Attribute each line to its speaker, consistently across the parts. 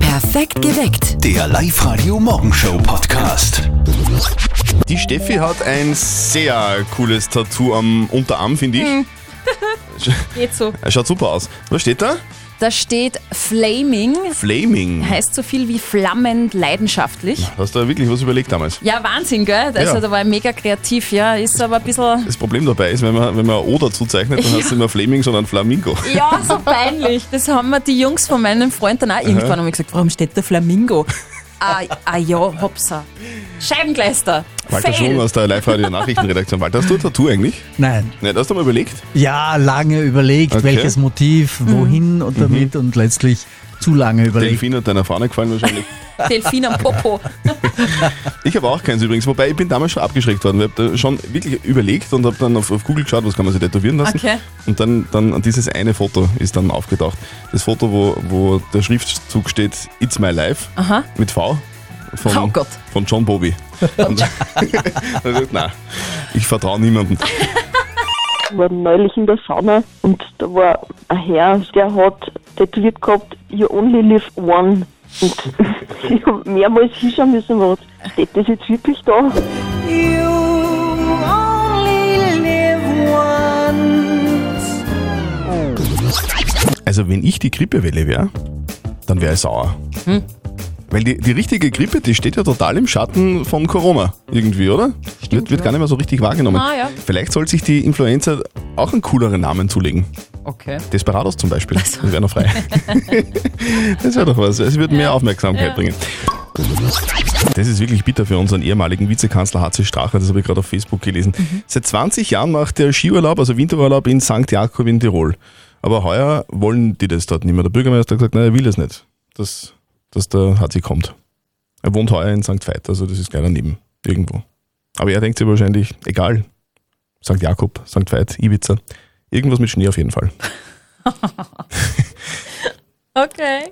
Speaker 1: Perfekt geweckt.
Speaker 2: Der Live-Radio Morgenshow Podcast.
Speaker 3: Die Steffi hat ein sehr cooles Tattoo am Unterarm, finde ich.
Speaker 4: Mhm. Geht so.
Speaker 3: Er Schaut super aus. Was steht da?
Speaker 4: Da steht Flaming,
Speaker 3: Flaming.
Speaker 4: heißt so viel wie flammend leidenschaftlich.
Speaker 3: Hast du da wirklich was überlegt damals?
Speaker 4: Ja, Wahnsinn, gell? Also
Speaker 3: Ja.
Speaker 4: da war ich mega kreativ, ja. Ist aber ein bisschen.
Speaker 3: Das Problem dabei ist, wenn man, wenn man ein O dazu zeichnet, dann
Speaker 4: Ja.
Speaker 3: hast du nicht mehr Flaming, sondern Flamingo.
Speaker 4: Ja, so peinlich. Das haben mir die Jungs von meinem Freund dann auch irgendwann einmal gesagt, warum steht da Flamingo? ah, ah ja, hopsa. Scheibengleister.
Speaker 3: Walter Schwung
Speaker 4: Fail.
Speaker 3: aus der Live-Radio-Nachrichtenredaktion. Walter, hast du ein Tattoo eigentlich?
Speaker 5: Nein.
Speaker 3: Nein, hast du mal überlegt?
Speaker 5: Ja, lange überlegt,
Speaker 3: Okay.
Speaker 5: welches Motiv, wohin
Speaker 6: Mhm.
Speaker 5: und damit und letztlich zu lange überlegt.
Speaker 3: Delfin hat deiner Fahne gefallen wahrscheinlich.
Speaker 4: Delfin am Popo.
Speaker 3: Ich habe auch keins übrigens, wobei ich bin damals schon abgeschreckt worden. Ich habe da schon wirklich überlegt und habe dann auf, auf Google geschaut, was kann man sich tätowieren lassen.
Speaker 4: Okay.
Speaker 3: Und dann, dann dieses eine Foto ist dann aufgetaucht. Das Foto, wo, wo der Schriftzug steht, It's My Life
Speaker 4: Aha.
Speaker 3: mit V von,
Speaker 4: Oh Gott.
Speaker 3: von John Bobby. Und, also, nein, ich vertraue niemandem.
Speaker 7: war neulich in der Sauna und da war ein Herr, der hat tätowiert gehabt, you only live one. Und ich hab mehrmals hinschauen müssen, was steht das jetzt wirklich da?
Speaker 3: Also wenn ich die Grippewelle wäre, dann wäre ich sauer.
Speaker 4: Hm.
Speaker 3: Weil die, die richtige Grippe, die steht ja total im Schatten von Corona irgendwie, oder? wird wird gar nicht mehr so richtig wahrgenommen.
Speaker 4: Ah, ja.
Speaker 3: Vielleicht soll sich die Influenza auch einen cooleren Namen zulegen.
Speaker 4: Okay.
Speaker 3: Desperados zum Beispiel. Das wäre noch frei. das wäre doch was. Es wird mehr Aufmerksamkeit bringen. Das ist wirklich bitter für unseren ehemaligen Vizekanzler HC Strache, das habe ich gerade auf Facebook gelesen. Seit 20 Jahren macht er Skiurlaub, also Winterurlaub in St. Jakob in Tirol. Aber heuer wollen die das dort nicht mehr. Der Bürgermeister hat gesagt, nein, er will das nicht, dass, dass der HC kommt. Er wohnt heuer in St. Veit, also das ist gleich daneben, irgendwo. Aber er denkt sich wahrscheinlich, egal, St. Jakob, St. Veit, Ibiza, irgendwas mit Schnee auf jeden Fall.
Speaker 4: Okay.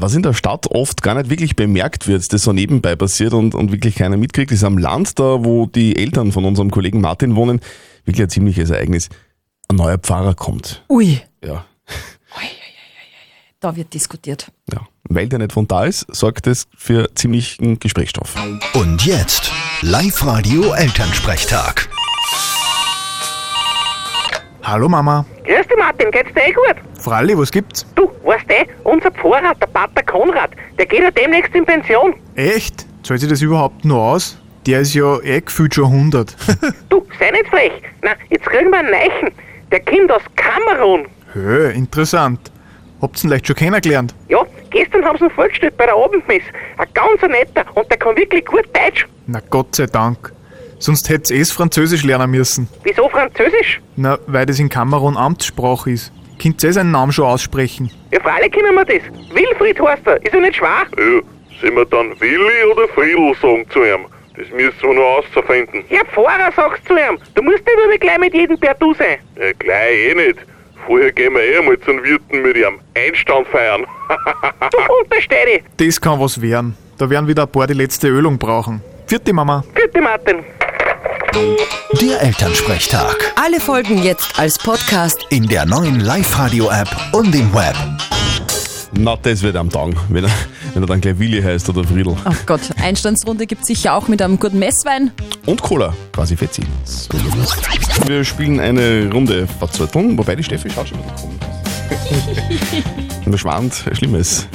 Speaker 3: Was in der Stadt oft gar nicht wirklich bemerkt wird, das so nebenbei passiert und, und wirklich keiner mitkriegt, ist am Land da, wo die Eltern von unserem Kollegen Martin wohnen, wirklich ein ziemliches Ereignis. Ein neuer Pfarrer kommt.
Speaker 4: Ui,
Speaker 3: Ja.
Speaker 4: da wird diskutiert.
Speaker 3: ja. Weil der nicht von da ist, sorgt das für ziemlichen Gesprächsstoff.
Speaker 2: Und jetzt Live-Radio Elternsprechtag.
Speaker 8: Hallo Mama.
Speaker 9: Grüß dich Martin, geht's dir eh gut?
Speaker 8: Fralli, was gibt's?
Speaker 9: Du, weißt eh, unser Pfarrer, der Pater Konrad, der geht ja demnächst in Pension.
Speaker 8: Echt? Zahlt sich das überhaupt noch aus? Der ist ja eh gefühlt schon 100.
Speaker 9: Du, sei nicht frech. Na, jetzt kriegen wir einen Neichen. Der kommt aus Kamerun.
Speaker 8: Hö, interessant. Habt's ihn leicht schon kennengelernt?
Speaker 9: Ja, gestern haben sie ihn vorgestellt bei der Abendmiss. Ein ganz netter und der kann wirklich gut Deutsch.
Speaker 8: Na Gott sei Dank. Sonst hätt's eh Französisch lernen müssen.
Speaker 9: Wieso Französisch?
Speaker 8: Na, weil das in Kamerun Amtssprache ist. Könnt ihr seinen Namen schon aussprechen?
Speaker 9: Ja, freilich können wir das. Wilfried heißt er, ist ja nicht schwer.
Speaker 10: Ja, Äh, sind wir dann Willi oder Friedel sagen zu ihm? Das müssen wir noch auszufinden.
Speaker 9: Ja, Pfarrer, sagst du ihm. Du musst nicht immer gleich mit jedem per Du sein.
Speaker 10: Ja, gleich eh nicht. Vorher gehen wir eh mal zum Wirten mit ihrem Einstand feiern.
Speaker 9: Du untersteh dich.
Speaker 8: Das kann was werden. Da werden wieder ein paar die letzte Ölung brauchen. Vierte Mama.
Speaker 9: Bitte, Martin.
Speaker 2: Der Elternsprechtag.
Speaker 1: Alle Folgen jetzt als Podcast.
Speaker 2: In der neuen Live-Radio-App und im Web.
Speaker 3: Na, das wird am Tag, wenn er, wenn er dann gleich Willi heißt oder Friedel.
Speaker 4: Oh Gott, Einstandsrunde gibt es sicher auch mit einem guten Messwein.
Speaker 3: Und Cola, quasi Fetzi. Wir spielen eine Runde Verzötteln, wobei die Steffi schaut schon wieder komisch aus. Man schwant Schlimmes.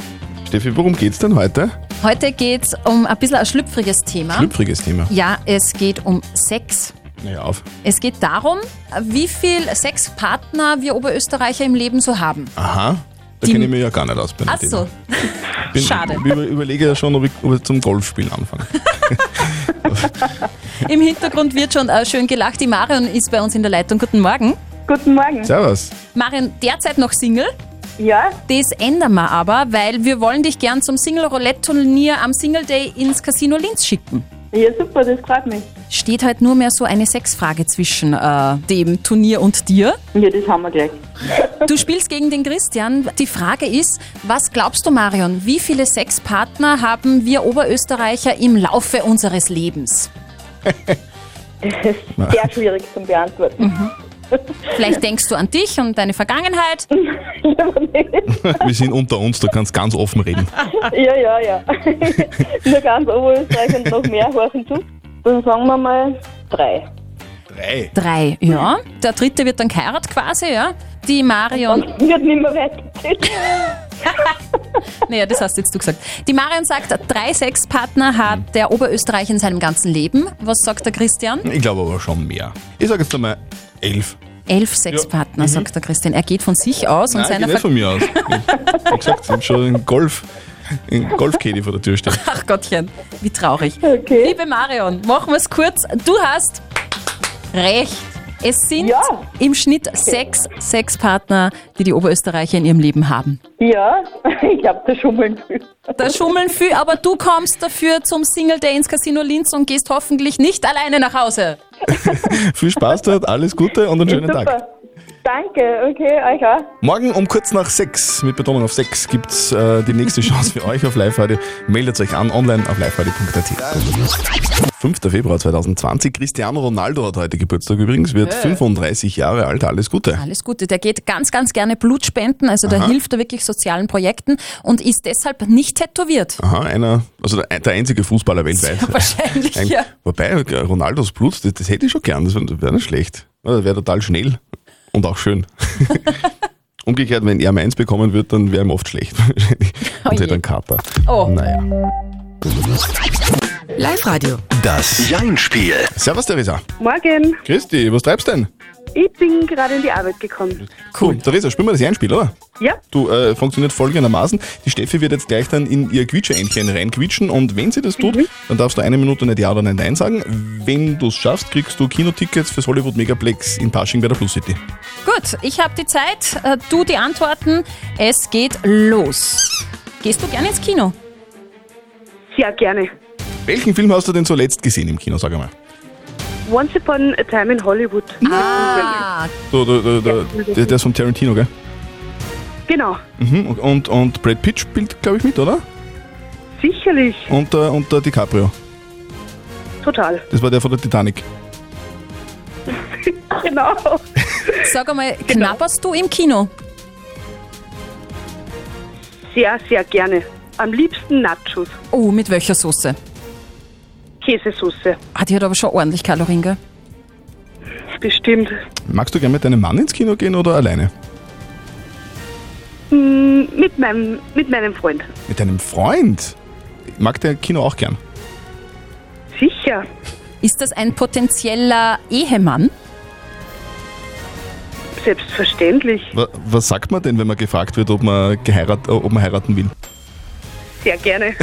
Speaker 3: Steffi, worum geht's denn heute?
Speaker 4: Heute geht es um ein bisschen ein schlüpfriges Thema.
Speaker 3: Schlüpfriges Thema.
Speaker 4: Ah. Ja, es geht um Sex.
Speaker 3: Naja, auf.
Speaker 4: Es geht darum, wie viel Sexpartner wir Oberösterreicher im Leben so haben. Also,
Speaker 3: Aha. Da
Speaker 4: Die-
Speaker 3: kenne ich mich ja gar nicht aus bei dem
Speaker 4: Ach so,
Speaker 3: Thema. Bin,
Speaker 4: schade.
Speaker 3: Ich über, überlege ja schon, ob ich, ob ich zum Golfspielen anfange.
Speaker 4: im Hintergrund wird schon äh, schön gelacht. Die Marion ist bei uns in der Leitung. Guten Morgen.
Speaker 7: Guten Morgen.
Speaker 3: Servus.
Speaker 4: Marion, derzeit noch Single.
Speaker 7: Ja,
Speaker 4: Das ändern wir aber, weil wir wollen dich gern zum Single-Roulette-Turnier am Single-Day ins Casino Linz schicken.
Speaker 7: ja super, das freut mich.
Speaker 4: Steht halt nur mehr so eine Sexfrage zwischen äh, dem Turnier und dir.
Speaker 7: Ja, das haben wir gleich.
Speaker 4: Du spielst gegen den Christian. Die Frage ist, was glaubst du, Marion? Wie viele Sexpartner haben wir Oberösterreicher im Laufe unseres Lebens?
Speaker 7: Sehr schwierig zum Beantworten.
Speaker 4: Mhm. Vielleicht denkst du an dich und deine Vergangenheit.
Speaker 3: Wir sind unter uns, du kannst ganz offen reden.
Speaker 7: Ja, ja, ja. Nur ganz Oberösterreich und noch mehr horchen zu. Dann sagen wir mal drei.
Speaker 3: Drei.
Speaker 4: Drei, ja. Der dritte wird dann geheiratet quasi, ja. Die Marion.
Speaker 7: Und wird nicht mehr weitergezählt.
Speaker 4: Naja, das hast jetzt du gesagt. Die Marion sagt, drei Sexpartner hat der Oberösterreich in seinem ganzen Leben. Was sagt der Christian?
Speaker 3: Ich glaube aber schon mehr. Ich sage jetzt einmal elf.
Speaker 4: Elf Sexpartner, sagt der Christian. Er geht von sich aus und
Speaker 3: Nein, geht
Speaker 4: seiner
Speaker 3: nicht
Speaker 4: Ver
Speaker 3: von mir aus. Ich, wie gesagt, ich habe schon einen Golf, einen Golfkädi vor der Tür stehen.
Speaker 4: Ach Gottchen, wie traurig.
Speaker 7: Okay.
Speaker 4: Liebe Marion, machen wir es kurz. Du hast recht. Es sind
Speaker 7: Ja.
Speaker 4: im Schnitt sechs Sexpartner, die die Oberösterreicher in ihrem Leben haben.
Speaker 7: Ja, ich habe da schummeln viel.
Speaker 4: Da schummeln viel, aber du kommst dafür zum Single Day ins Casino Linz und gehst hoffentlich nicht alleine nach Hause.
Speaker 3: Viel Spaß dort, alles Gute und einen schönen
Speaker 7: Super.
Speaker 3: Tag.
Speaker 7: Danke, okay, euch auch.
Speaker 3: Morgen um kurz nach sechs mit Betonung auf sechs gibt's äh, die nächste Chance für euch auf Live-Radio. Meldet euch an online auf liveradio.at. 5. Februar 2020. Cristiano Ronaldo hat heute Geburtstag übrigens, wird 35 Jahre alt. Alles Gute.
Speaker 4: Alles Gute. Der geht ganz, ganz gerne Blut spenden, also der hilft da wirklich sozialen Projekten und ist deshalb nicht tätowiert.
Speaker 3: Aha, einer, also der, der einzige Fußballer weltweit.
Speaker 4: Wahrscheinlich,
Speaker 3: Ein-
Speaker 4: ja.
Speaker 3: Wobei, äh, Ronaldos Blut, das, das hätte ich schon gern, das wäre wär nicht schlecht. Ja, Das wäre total schnell und auch schön. Umgekehrt, wenn er meins bekommen wird, dann wäre ihm oft schlecht. wahrscheinlich.
Speaker 4: Oh
Speaker 3: und
Speaker 4: je.
Speaker 3: hätte einen Kater.
Speaker 4: Oh.
Speaker 3: Naja.
Speaker 1: Live-Radio.
Speaker 2: Das Jein-Spiel.
Speaker 3: Servus, Theresa.
Speaker 11: Morgen,
Speaker 3: Christi, was treibst denn?
Speaker 11: ich bin gerade in die Arbeit gekommen.
Speaker 3: Cool. Theresa, spielen wir das Einspiel, oder?
Speaker 11: Ja,
Speaker 3: Du, äh, funktioniert folgendermaßen. Die Steffi wird jetzt gleich dann in ihr Quietscheentchen reinquietschen und wenn sie das tut, dann darfst du eine Minute nicht Ja oder nicht Nein sagen. Wenn du es schaffst, kriegst du Kinotickets fürs Hollywood Megaplex in Pasching bei der Plus City.
Speaker 4: Gut, ich habe die Zeit, äh, du die Antworten. Es geht los. Gehst du gerne ins Kino?
Speaker 11: sehr gerne.
Speaker 3: Welchen Film hast du denn zuletzt gesehen im Kino, sag einmal?
Speaker 11: Once Upon a Time in Hollywood.
Speaker 4: Ah,
Speaker 3: Du, du, du, du, der, der ist von Tarantino, gell?
Speaker 11: Genau,
Speaker 3: Mhm. Und, und, und Brad Pitt spielt, glaube ich, mit, oder?
Speaker 11: sicherlich,
Speaker 3: Und, äh, und äh, DiCaprio.
Speaker 11: total.
Speaker 3: Das war der von der Titanic.
Speaker 11: Genau.
Speaker 4: sag einmal, knabberst du im Kino?
Speaker 11: Sehr, sehr gerne. Am liebsten Nachos,
Speaker 4: Oh, mit welcher Soße?
Speaker 11: Käsesoße,
Speaker 4: Ah, die hat aber schon ordentlich Kalorien, gell?
Speaker 11: bestimmt.
Speaker 3: Magst du gerne mit deinem Mann ins Kino gehen oder alleine?
Speaker 11: Hm, Mit meinem, mit meinem Freund.
Speaker 3: Mit deinem Freund? Mag der Kino auch gern?
Speaker 11: Sicher,
Speaker 4: Ist das ein potenzieller Ehemann?
Speaker 11: selbstverständlich,
Speaker 3: Wa- Was sagt man denn, wenn man gefragt wird, ob man, geheirat, äh, ob man heiraten will?
Speaker 11: sehr gerne.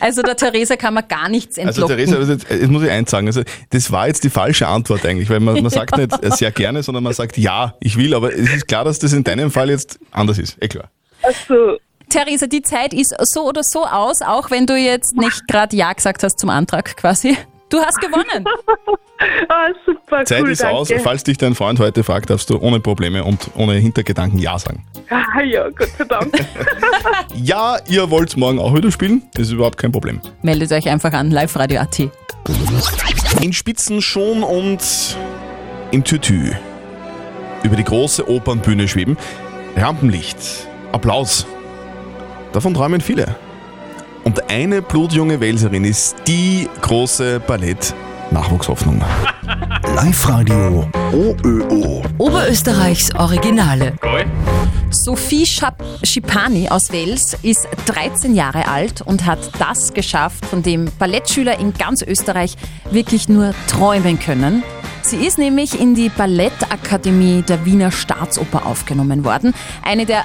Speaker 4: Also der Theresa kann man gar nichts
Speaker 3: Also
Speaker 4: entlocken.
Speaker 3: Theresa, das, jetzt, das muss ich eins sagen, also das war jetzt die falsche Antwort eigentlich, weil man, man sagt nicht äh, sehr gerne, sondern man sagt ja, ich will, aber es ist klar, dass das in deinem Fall jetzt anders ist, eh klar.
Speaker 11: Also,
Speaker 4: Theresa, die Zeit ist so oder so aus, auch wenn du jetzt nicht gerade Ja gesagt hast zum Antrag quasi. Du hast gewonnen.
Speaker 11: ah, super,
Speaker 3: Zeit
Speaker 11: cool,
Speaker 3: ist
Speaker 11: danke.
Speaker 3: aus, falls dich dein Freund heute fragt, darfst du ohne Probleme und ohne Hintergedanken ja sagen.
Speaker 11: Ah, ja, Gott sei Dank.
Speaker 3: Ja, ihr wollt morgen auch wieder spielen, das ist überhaupt kein Problem.
Speaker 4: Meldet euch einfach an, liveradio.at.
Speaker 3: In Spitzen schon und im Tütü über die große Opernbühne schweben. Rampenlicht, Applaus. Davon träumen viele. Und eine blutjunge Welserin ist die große Ballett-Nachwuchshoffnung.
Speaker 2: Live-Radio OÖO.
Speaker 1: Oberösterreichs Originale.
Speaker 4: Sophie Schap Schipani aus Wales ist 13 Jahre alt und hat das geschafft, von dem Ballettschüler in ganz Österreich wirklich nur träumen können. Sie ist nämlich in die Ballettakademie der Wiener Staatsoper aufgenommen worden, eine der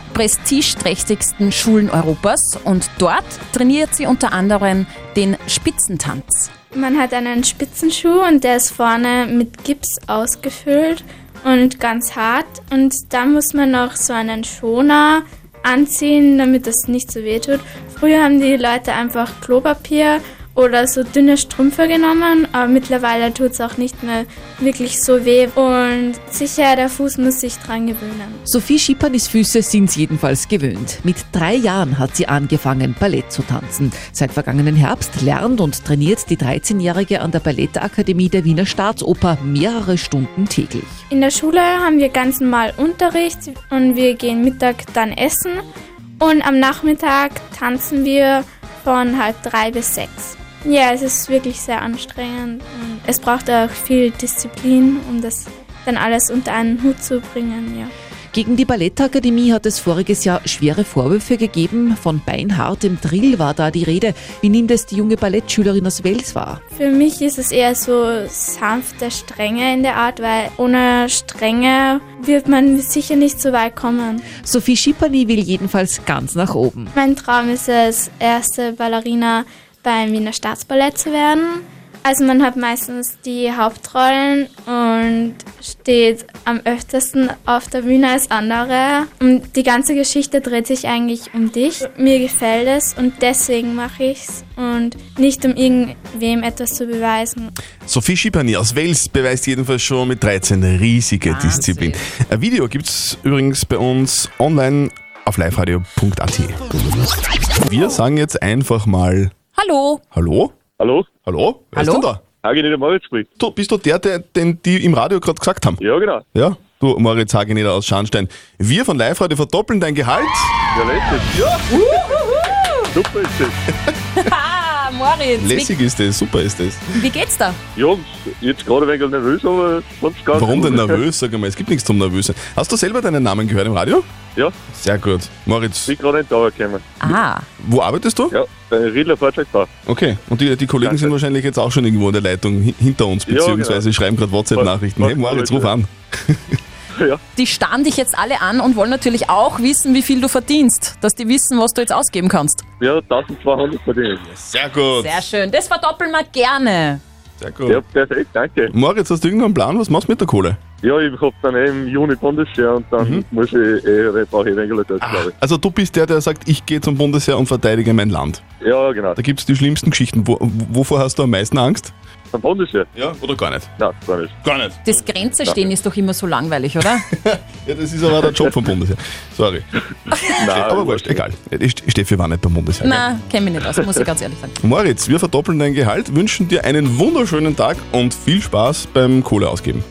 Speaker 4: prestigeträchtigsten Schulen Europas. Und dort trainiert sie unter anderem den Spitzentanz.
Speaker 11: Man hat einen Spitzenschuh und der ist vorne mit Gips ausgefüllt und ganz hart. Und dann muss man noch so einen Schoner anziehen, damit das nicht so weh tut. Früher haben die Leute einfach Klopapier oder so dünne Strümpfe genommen, aber mittlerweile tut es auch nicht mehr wirklich so weh und sicher, der Fuß muss sich dran gewöhnen.
Speaker 12: Sophie Schippanis Füße sind jedenfalls gewöhnt. Mit drei Jahren hat sie angefangen, Ballett zu tanzen. Seit vergangenen Herbst lernt und trainiert die 13-Jährige an der Ballettakademie der Wiener Staatsoper mehrere Stunden täglich.
Speaker 11: In der Schule haben wir ganz normal Unterricht und wir gehen Mittag dann essen und am Nachmittag tanzen wir von halb drei bis sechs. Ja, es ist wirklich sehr anstrengend und es braucht auch viel Disziplin, um das dann alles unter einen Hut zu bringen, ja.
Speaker 12: Gegen die Ballettakademie hat es voriges Jahr schwere Vorwürfe gegeben. Von beinhartem Drill war da die Rede. Wie nimmt es die junge Ballettschülerin aus Wales wahr?
Speaker 11: Für mich ist es eher so sanfte Strenge in der Art, weil ohne Strenge wird man sicher nicht so weit kommen.
Speaker 12: Sophie Schipani will jedenfalls ganz nach oben.
Speaker 11: Mein Traum ist es, erste Ballerina beim Wiener Staatsballett zu werden. Also man hat meistens die Hauptrollen und steht am öftesten auf der Bühne als andere. Und die ganze Geschichte dreht sich eigentlich um dich. Mir gefällt es und deswegen mache ich es und nicht um irgendwem etwas zu beweisen.
Speaker 3: Sophie Schipani aus Wales beweist jedenfalls schon mit 13 riesige
Speaker 4: Wahnsinn.
Speaker 3: Disziplin. Ein Video gibt es übrigens bei uns online auf liveradio.at. Wir sagen jetzt einfach mal
Speaker 4: Hallo.
Speaker 3: Hallo? Hallo? Hallo? Wer ist
Speaker 4: Hallo?
Speaker 3: denn da? Hageneder Moritz spricht. Du bist du der, der den die im Radio gerade gesagt haben? Ja, genau. Ja? Du, Moritz Hageneder aus Scharnstein. Wir von Live Radio verdoppeln dein Gehalt. Ja, lässig. Ja. Super ist das.
Speaker 4: Ah, Moritz.
Speaker 3: Lässig ist das, super ist das.
Speaker 4: Wie, wie geht's da?
Speaker 3: Ja, jetzt gerade wegen nervös, aber sonst gar Warum denn nervös? Sag mal, es gibt nichts zum Nervösen. Hast du selber deinen Namen gehört im Radio? Ja. Sehr gut. Moritz. Ich bin gerade in Dauer gekommen.
Speaker 4: Ah.
Speaker 3: Wo arbeitest du? Ja, bei Riedler Fahrzeugbau. Okay, und die, die Kollegen sind wahrscheinlich jetzt auch schon irgendwo in der Leitung hi- hinter uns,
Speaker 13: Ja, genau.
Speaker 3: beziehungsweise schreiben gerade WhatsApp-Nachrichten. Hey Moritz, ruf an.
Speaker 4: Die starren dich jetzt alle an und wollen natürlich auch wissen, wie viel du verdienst, dass die wissen, was du jetzt ausgeben kannst.
Speaker 13: Ja, 1200 verdienen.
Speaker 3: Sehr gut.
Speaker 4: Sehr schön. Das verdoppeln wir gerne.
Speaker 3: Sehr gut. Ja, perfekt, danke. Moritz, hast du irgendeinen Plan? Was machst du mit der Kohle? Mhm.
Speaker 13: Ja, ich hab dann eh im Juni Bundesjahr und dann muss ich eh, brauche ich weniger Leute, glaube
Speaker 3: Also du bist der, der sagt, ich gehe zum Bundesheer und verteidige mein Land.
Speaker 13: ich. Ja, genau.
Speaker 3: Da gibt es die schlimmsten Geschichten. Wo, wovor hast du am meisten Angst?
Speaker 13: Vom Bundesheer?
Speaker 3: Ja, oder gar nicht?
Speaker 13: Nein, gar nicht.
Speaker 3: Gar nicht.
Speaker 4: Das Grenze stehen ist doch immer so langweilig, oder?
Speaker 3: Ja, das ist aber der Job vom Bundesheer. Sorry. aber wurscht, egal. Ich, Steffi war nicht beim Bundesheer. gell?
Speaker 4: Na, kenn mich nicht aus, muss ich ganz ehrlich sagen.
Speaker 3: Moritz, wir verdoppeln dein Gehalt, wünschen dir einen wunderschönen Tag und viel Spaß beim Kohle ausgeben.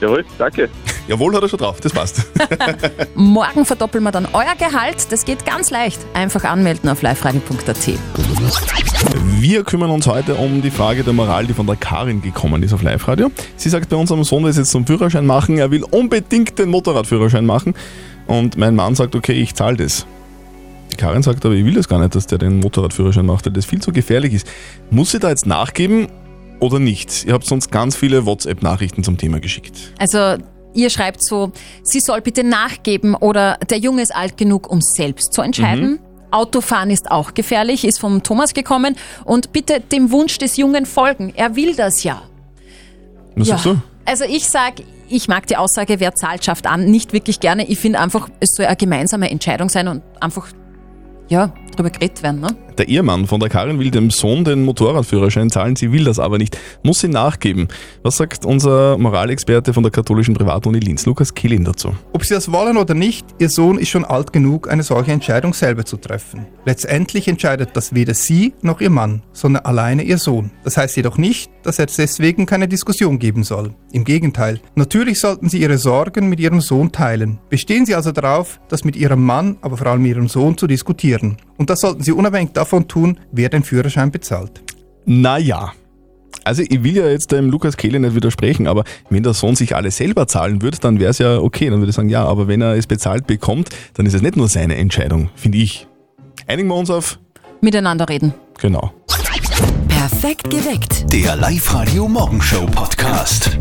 Speaker 3: Jawohl, danke. Jawohl, hat er schon drauf, das passt.
Speaker 4: Morgen verdoppeln wir dann euer Gehalt. Das geht ganz leicht. Einfach anmelden auf liveradio.at.
Speaker 3: Wir kümmern uns heute um die Frage der Moral, die von der Karin gekommen ist auf Live-Radio. Sie sagt, bei unserem Sohn will es jetzt zum Führerschein machen, er will unbedingt den Motorradführerschein machen und mein Mann sagt, okay, ich zahle das. Die Karin sagt aber, ich will das gar nicht, dass der den Motorradführerschein macht, weil das viel zu gefährlich ist. Muss sie da jetzt nachgeben oder nicht? Ihr habt sonst ganz viele WhatsApp-Nachrichten zum Thema geschickt.
Speaker 4: Also ihr schreibt so, sie soll bitte nachgeben oder der Junge ist alt genug, um selbst zu entscheiden.
Speaker 3: Mhm.
Speaker 4: Autofahren ist auch gefährlich, ist vom Thomas gekommen. Und bitte dem Wunsch des Jungen folgen. Er will das ja.
Speaker 3: Was
Speaker 4: ja.
Speaker 3: sagst du?
Speaker 4: Also ich sag, ich mag die Aussage, wer zahlt, schafft an, nicht wirklich gerne. Ich finde einfach, es soll eine gemeinsame Entscheidung sein und einfach, ja, drüber geredet werden. Ne?
Speaker 3: Der Ehemann von der Karin will dem Sohn den Motorradführerschein zahlen, sie will das aber nicht, muss sie nachgeben. Was sagt unser Moralexperte von der katholischen Privatuni Linz, Lukas Killin dazu?
Speaker 6: Ob Sie das wollen oder nicht, Ihr Sohn ist schon alt genug, eine solche Entscheidung selber zu treffen. Letztendlich entscheidet das weder Sie noch Ihr Mann, sondern alleine Ihr Sohn. Das heißt jedoch nicht, dass es deswegen keine Diskussion geben soll. Im Gegenteil. Natürlich sollten Sie Ihre Sorgen mit Ihrem Sohn teilen. Bestehen Sie also darauf, das mit Ihrem Mann, aber vor allem Ihrem Sohn zu diskutieren. Und das sollten Sie unabhängig davon tun, wer den Führerschein bezahlt.
Speaker 3: Naja. Also ich will ja jetzt dem Lukas Kehlin nicht widersprechen, aber wenn der Sohn sich alles selber zahlen würde, dann wäre es ja okay, dann würde ich sagen, ja, aber wenn er es bezahlt bekommt, dann ist es nicht nur seine Entscheidung, finde ich. Einigen wir uns auf?
Speaker 4: Miteinander reden.
Speaker 3: Genau.
Speaker 1: Perfekt geweckt.
Speaker 2: Der Live-Radio Morgenshow Podcast.